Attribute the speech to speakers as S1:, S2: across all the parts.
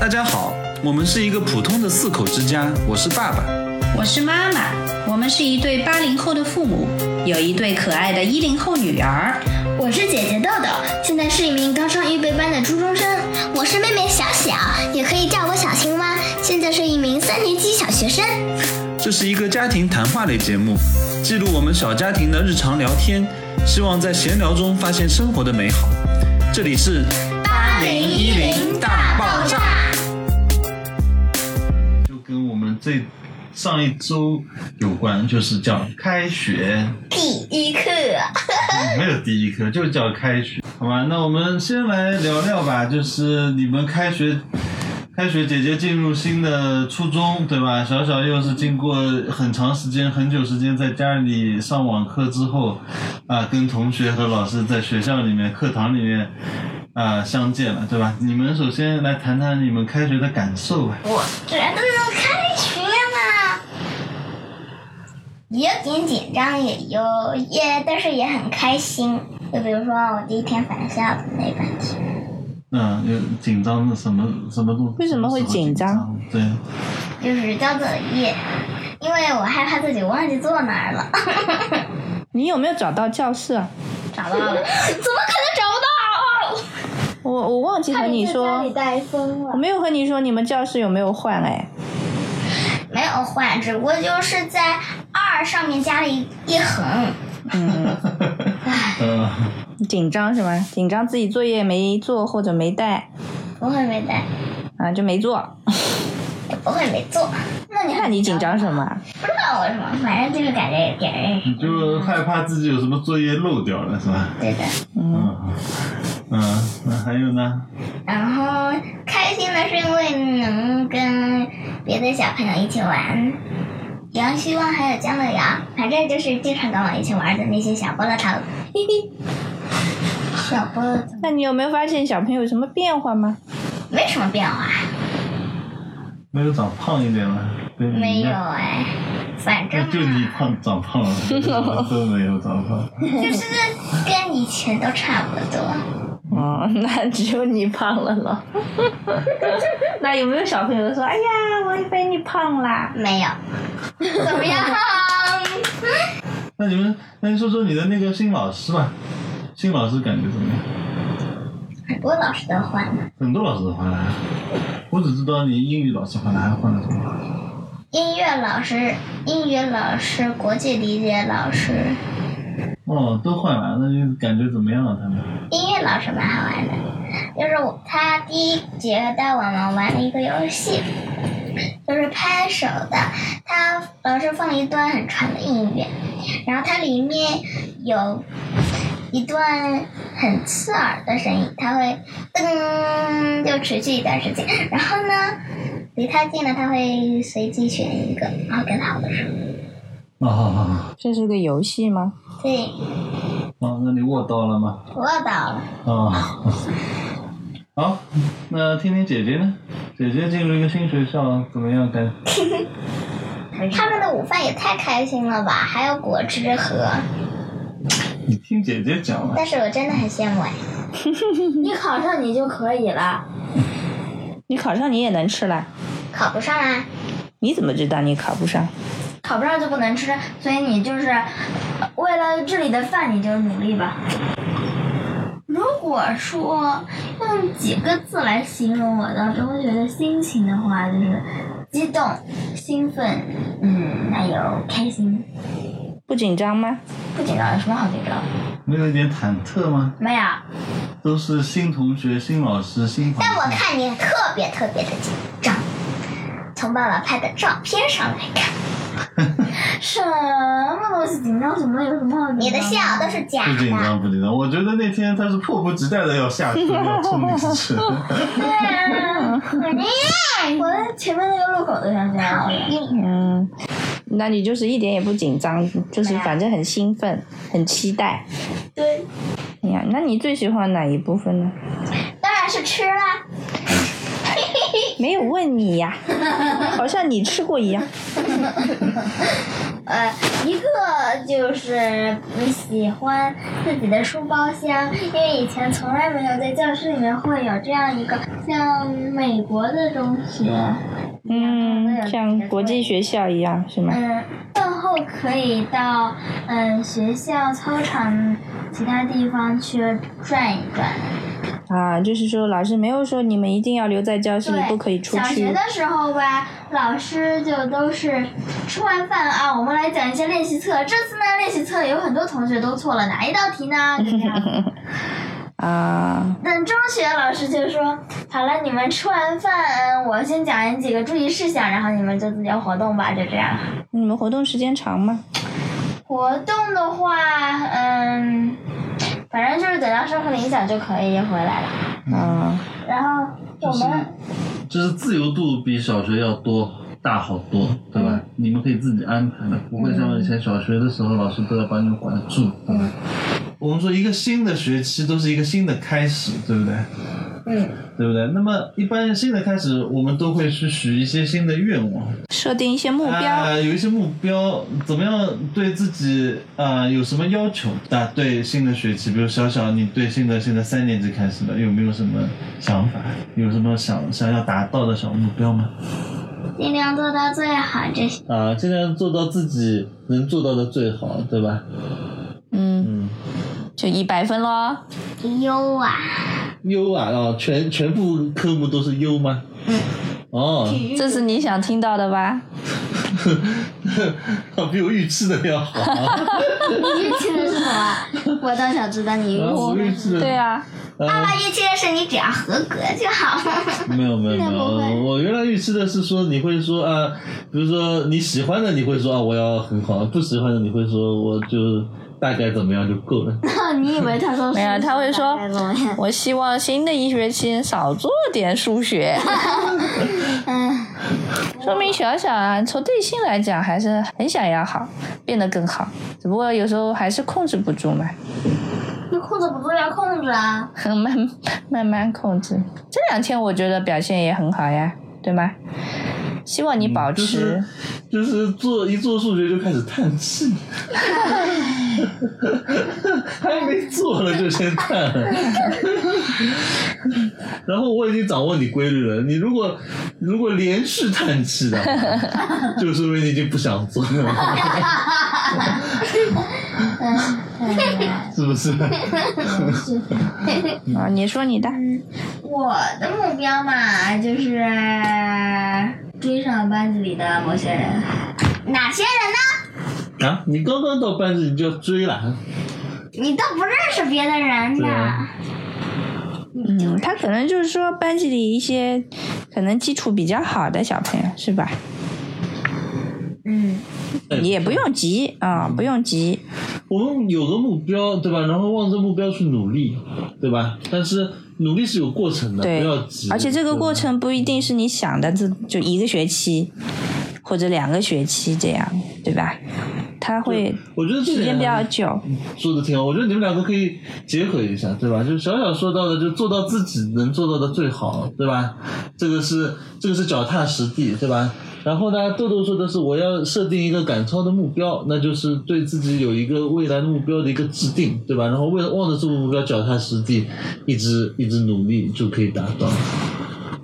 S1: 大家好，我们是一个普通的四口之家，我是爸爸。
S2: 我是妈妈，我们是一对八零后的父母，有一对可爱的一零后女儿。
S3: 我是姐姐豆豆，现在是一名刚上预备班的初中生。
S4: 我是妹妹小小，也可以叫我小青蛙，现在是一名三年级小学生。
S1: 这是一个家庭谈话类节目，记录我们小家庭的日常聊天，希望在闲聊中发现生活的美好。这里是
S4: 8010大爆炸，
S5: 就跟我们这上一周有关，就是叫开学，
S4: 第一课，
S5: 嗯没有第一课，就叫开学，呃好吧？那我们先来聊聊吧，就是你们开学，开学姐姐进入新的初中，对吧？小小又是经过很长时间、很久时间在家里上网课之后，啊，跟同学和老师在学校里面、课堂里面。啊、相见了，对吧？你们首先来谈谈你们开学的感受吧。
S4: 我觉得开学嘛，也有点紧张，也有也，但是也很开心。就比如说我第一天返校的那感觉，
S5: 嗯，有紧张的什么什么东西？
S2: 为什么会紧张
S5: 张？对，
S4: 就是交作业， 因为我害怕自己忘记坐哪儿了，
S6: 你有没有找到教室啊？
S4: 找到了，怎么可能找不到？
S6: 我我忘记和你说，
S4: 带风
S6: 我。没有和你说你们教室有没有换哎。
S4: 没有换，只不过就是在二上面加了一一横。
S6: 嗯，
S5: 呃，
S6: 紧张是吗？紧张自己作业没做或者没带
S4: 不会没带，
S6: 啊，就没做。
S4: 也不会没做。那你
S6: 那你紧张什？么？啊
S4: 不知道我什么，反正就是感觉有点儿
S5: 你就害怕自己有什么作业漏掉了是吧？
S4: 对的。
S5: 嗯嗯，那还有呢？
S4: 然后开心的是因为能跟别的小朋友一起玩，杨希望还有姜乐瑶，反正就是经常跟我一起玩的那些小菠萝头。嘿嘿，小菠萝头
S6: 那你有没有发现小朋友有什么变化吗？
S4: 没什么变化，
S5: 没有长胖一点吗？对
S6: 嗯
S5: 你
S4: 没
S5: 一
S4: 有
S5: 样
S4: 哎，反正啊
S5: 就你
S4: 嘛。
S5: 胖长 胖了，都没有长胖。
S4: 就是跟以前都差不多。
S6: 哦， 那只有你胖了咯。 那有没有小朋友说，哎呀，我以为你胖啦？
S4: 没有，怎么样？
S5: 那你们，那你说说你的那个新老师吧，新老师感觉怎么样？
S4: 很多老师都换了，
S5: 很多老师都换了，我只知道你英语老师换了，还换了什么？
S4: 音乐老师、英语老师、国际理解老师，
S5: 哦，都换了，那你感觉怎么样啊？他们？
S4: 音乐老师蛮好玩的。就是我他第一节带我们玩了一个游戏，就是拍手的。他老师放了一段很长的音乐，然后它里面有一段很刺耳的声音，它会噔就持续一段时间。然后呢，离它近了，它会随机选一个，然后跟它好的手。
S5: 啊啊
S6: 这是个游戏吗？
S4: 对，
S5: 啊！那你握到了吗？
S4: 我到了。
S5: 啊，好，那听听姐姐呢？姐姐进入一个新学校，怎么样感？
S4: 他们的午饭也太开心了吧，还有果汁喝。
S5: 你听姐姐讲嘛。
S4: 但是我真的很羡慕哎，
S3: 你考上你就可以了。
S6: 你考上你也能吃啦？
S4: 考不上啊，
S6: 你怎么知道你考不上？
S3: 考不上就不能吃，所以你就是呃为了这里的饭，你就努力吧。如果说用几个字来形容我到中学的心情的话，就是激动、兴奋，嗯，还有开心。
S6: 不紧张吗？
S3: 不紧张，有什么好紧张？
S5: 没有一点忐忑吗？
S3: 没有，
S5: 都是新同学、新老师、新环
S4: 但我
S5: 境。
S4: 看你特别特别的紧张，从爸爸拍的照片上来看，
S3: 什么东西紧张什么？有什么好紧张？
S4: 你的笑都是假
S5: 不紧
S4: 的。
S5: 张，不紧张。我觉得那天他是迫不及待的要下去，要冲你去。
S3: 对啊， 我在前面那个路口都想这样。
S6: 嗯，那你就是一点也不紧张，就是
S4: 啊
S6: 反正很兴奋，很期待。
S3: 对，
S6: 哎呀， 那你最喜欢哪一部分呢？
S4: 当然是吃啦，
S6: 没有问你 呀，好像你吃过一样。
S4: 呃，一个就是你喜欢自己的书包箱，因为以前从来没有在教室里面会有这样一个像美国的中学，啊
S6: 嗯，像国际学校一样是吗？
S4: 嗯，饭后可以到嗯学校操场其他地方去转一转。
S6: 啊，就是说老师没有说你们一定要留在教室里
S4: 嗯对，，
S6: 不可以出
S4: 小学
S6: 去
S4: 的。时候吧，老师就都是吃完饭啊，我们来讲一下练习册。这次呢，练习册有很多同学都错了哪一道题呢？就这 样。
S6: 啊，
S4: 等中学老师就说：“好了，你们吃完饭，嗯我先讲几个注意事项，然后你们就自由活动吧。”就这样。
S6: 你们活动时间长吗？
S4: 活动的话，嗯，反正就是等到上课铃响就可以回来了。
S6: 啊，
S4: 然后我们
S5: 就是自由度比小学要多大好多，对吧？你们可以自己安排的，不会像以前小学的时候，老师都要把你们管住，对吧？我们说一个新的学期都是一个新的开始，对不对？
S4: 嗯，
S5: 对不对？那么一般新的开始，我们都会去许一些新的愿望，
S6: 设定一些目标。
S5: 呃有一些目标，怎么样对自己呃有什么要求？啊，对新的学期，比如小小，你对新的新的三年级开始的有没有什么想法？有什么想想要达到的小目标吗？
S4: 尽量做到最好，这些
S5: 啊、尽量做到自己能做到的最好，对吧？
S6: 嗯，
S5: 嗯，
S6: 就一百分喽。
S4: 优啊，
S5: 优啊，哦，全全部科目都是优吗？嗯。哦，
S6: 这是你想听到的吧？
S5: 比我预期的要好。
S4: 你预期的是什 么？我倒想知道你
S5: 我预期的
S6: 对啊，
S4: 爸爸预期的是你只要合格就 好。
S5: 没有没有没
S4: 那不会
S5: 有，我原来预期的是说你会说啊，比如说你喜欢的你会说啊我要很好，不喜欢的你会说我就大概怎么样就够了。
S4: 你以为他说
S6: 没有，他会说
S4: 大概怎么样，
S6: 我希望新的一学期少做点数 学。说明小小啊，从内心来讲还是很想要好，变得更好，只不过有时候还是控制不住嘛，
S4: 你控制不住要控制啊？
S6: 很慢慢慢控制。这两天我觉得表现也很好呀，对吗？希望你保
S5: 嗯就
S6: 持。
S5: 是就是做一做数学就开始叹气， 还没做呢就先叹， 然后我已经掌握你规律了。你如果如果连续叹气的话，就说明你已经不想做了，是不是？
S6: 嗯
S5: 嗯
S6: 啊、你说你的，
S4: 我的目标嘛，就是追上班级里的某些人。哪些人呢？
S5: 啊，你刚刚到班级你就要追了，
S4: 你都不认识别的人
S5: 对
S4: 呢
S5: 啊。
S6: 嗯，他可能就是说班级里一些可能基础比较好的小朋友，是吧？
S4: 嗯，
S6: 也不用急啊、
S5: 嗯
S6: 不用急，
S5: 我们有个目标，对吧？然后望着目标去努力，对吧？但是努力是有过程的，
S6: 对
S5: 不要急。
S6: 而且这个
S5: 对吧
S6: 过程不一定是你想的，这就一个学期或者两个学期这样，对吧？他会
S5: 我觉得这
S6: 时间
S5: 点
S6: 比较久，
S5: 说的挺好，我觉得你们两个可以结合一下，对吧？就是小小说到的，就做到自己能做到的最好，对吧？这个是这个是脚踏实地，对吧？然后呢，豆豆说的是我要设定一个赶超的目标，那就是对自己有一个未来目标的一个制定，对吧？然后为了望着这个目标脚踏实地，一直一直努力就可以达到。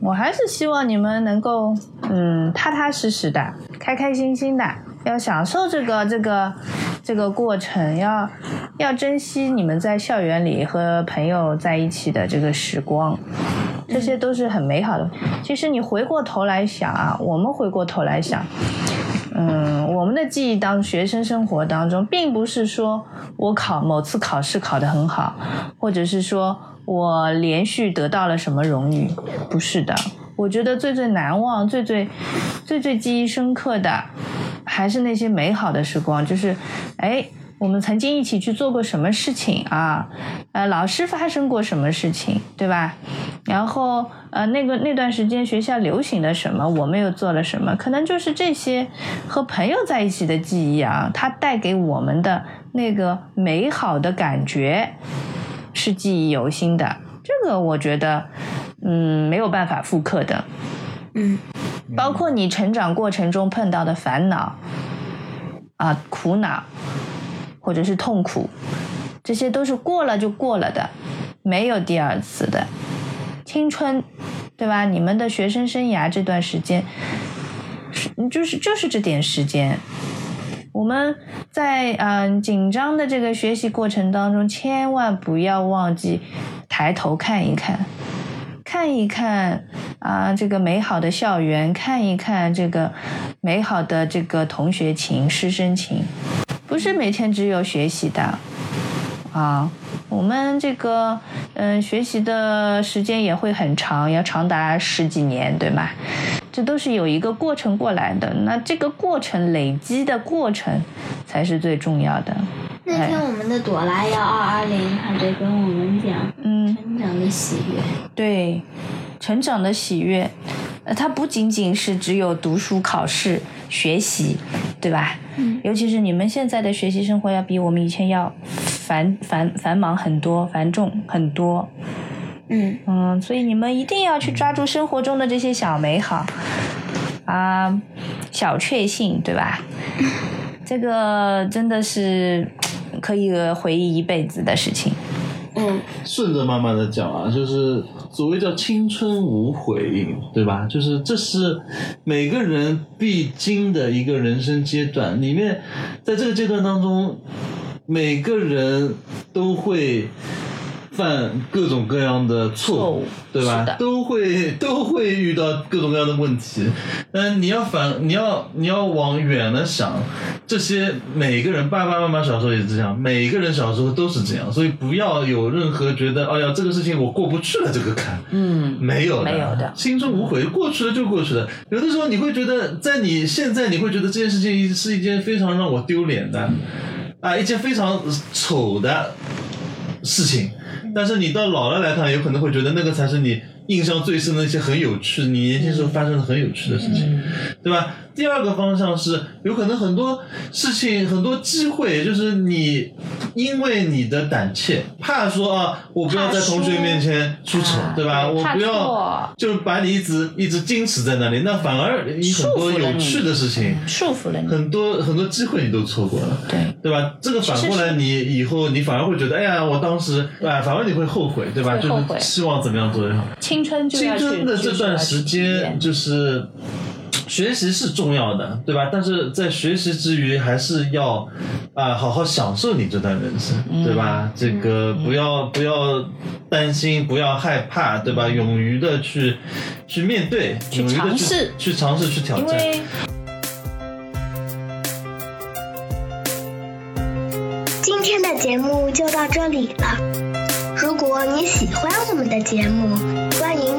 S6: 我还是希望你们能够嗯踏踏实实的，开开心心的，要享受这个这个这个过程，要要珍惜你们在校园里和朋友在一起的这个时光。这些都是很美好的。其实你回过头来想啊，我们回过头来想，嗯，我们的记忆当学生生活当中，并不是说我考某次考试考得很好，或者是说我连续得到了什么荣誉，不是的。我觉得最最难忘、最最最最记忆深刻的，还是那些美好的时光，就是，哎，我们曾经一起去做过什么事情啊？呃，老师发生过什么事情，对吧？然后呃，那个那段时间学校流行的什么，我们又做了什么？可能就是这些和朋友在一起的记忆啊，它带给我们的那个美好的感觉是记忆犹新的。这个我觉得，嗯，没有办法复刻的。
S3: 嗯
S6: 包括你成长过程中碰到的烦恼啊、苦恼或者是痛苦，这些都是过了就过了的，没有第二次的。青春，对吧？你们的学生生涯这段时间，是就是就是这点时间。我们在嗯、呃紧张的这个学习过程当中，千万不要忘记抬头看一看，看一看啊、这个美好的校园，看一看这个美好的这个同学情、师生情，不是每天只有学习的啊。我们这个嗯，学习的时间也会很长，要长达十几年，对吧？这都是有一个过程过来的。那这个过程累积的过程才是最重要的。
S3: 那天我们的朵拉幺二二零还得跟我们讲
S6: 嗯，
S3: 成长的喜悦。
S6: 对，成长的喜悦，呃，它不仅仅是只有读书、考试、学习，对吧？嗯。尤其是你们现在的学习生活，要比我们以前要繁繁繁忙很多，繁重很多。
S3: 嗯，
S6: 嗯，所以你们一定要去抓住生活中的这些小美好啊，小确幸，对吧？这个真的是可以回忆一辈子的事情。
S3: 嗯
S5: 顺着妈妈的讲啊，就是所谓叫青春无悔应，对吧？就是这是每个人必经的一个人生阶段，里面在这个阶段当中，每个人都会。犯各种各样的错
S6: 错误
S5: 误，对
S6: 是
S5: 吧
S6: 的？
S5: 都会 都会遇到各种各样的问题。嗯，你要反，你要你要往远了想，这些每个人爸爸妈妈小时候也是这样，每个人小时候都是这样，所以不要有任何觉得，哎呀，这个事情我过不去了这个坎，
S6: 嗯，
S5: 没有
S6: 没有的
S5: 青春无悔，过去了就过去了。有的时候你会觉得，在你现在你会觉得这件事情是一件非常让我丢脸的，啊，一件非常丑的事情。但是你到老了来看，有可能会觉得那个才是你印象最深的一些很有趣，你年轻时候发生的很有趣的事情，对吧？第二个方向是，有可能很多事情、很多机会，就是你因为你的胆怯，怕说啊，我不要在同学面前出丑，对吧？我
S6: 怕
S5: 不要
S6: 错
S5: 就把你一直一直矜持在那里，那反而你很多
S6: 束缚了
S5: 有
S6: 你
S5: 趣的事情，
S6: 嗯束缚了你。
S5: 很多很多机会你都错过了。
S6: 对，
S5: 对吧？这个反过来，你以后你反而会觉得，哎呀，我当时，哎，反而你会后悔，对吧？
S6: 会
S5: 就
S6: 后悔
S5: 是希望怎么样做就好。
S6: 青春就要
S5: 青
S6: 去
S5: 春的这段
S6: 就是要去体
S5: 时间，
S6: 验
S5: 就是学习是重要的，对吧？但是在学习之余，还是要啊、好好享受你这段人生，
S6: 嗯
S5: 对吧？这个不要不要担心，不要害怕，对吧？勇于的去去面对，勇于的
S6: 尝
S5: 去
S6: 试
S5: 去尝试去挑
S6: 因
S5: 战。
S6: 为
S4: 今天的节目就到这里了。如果你喜欢我们的节目，欢迎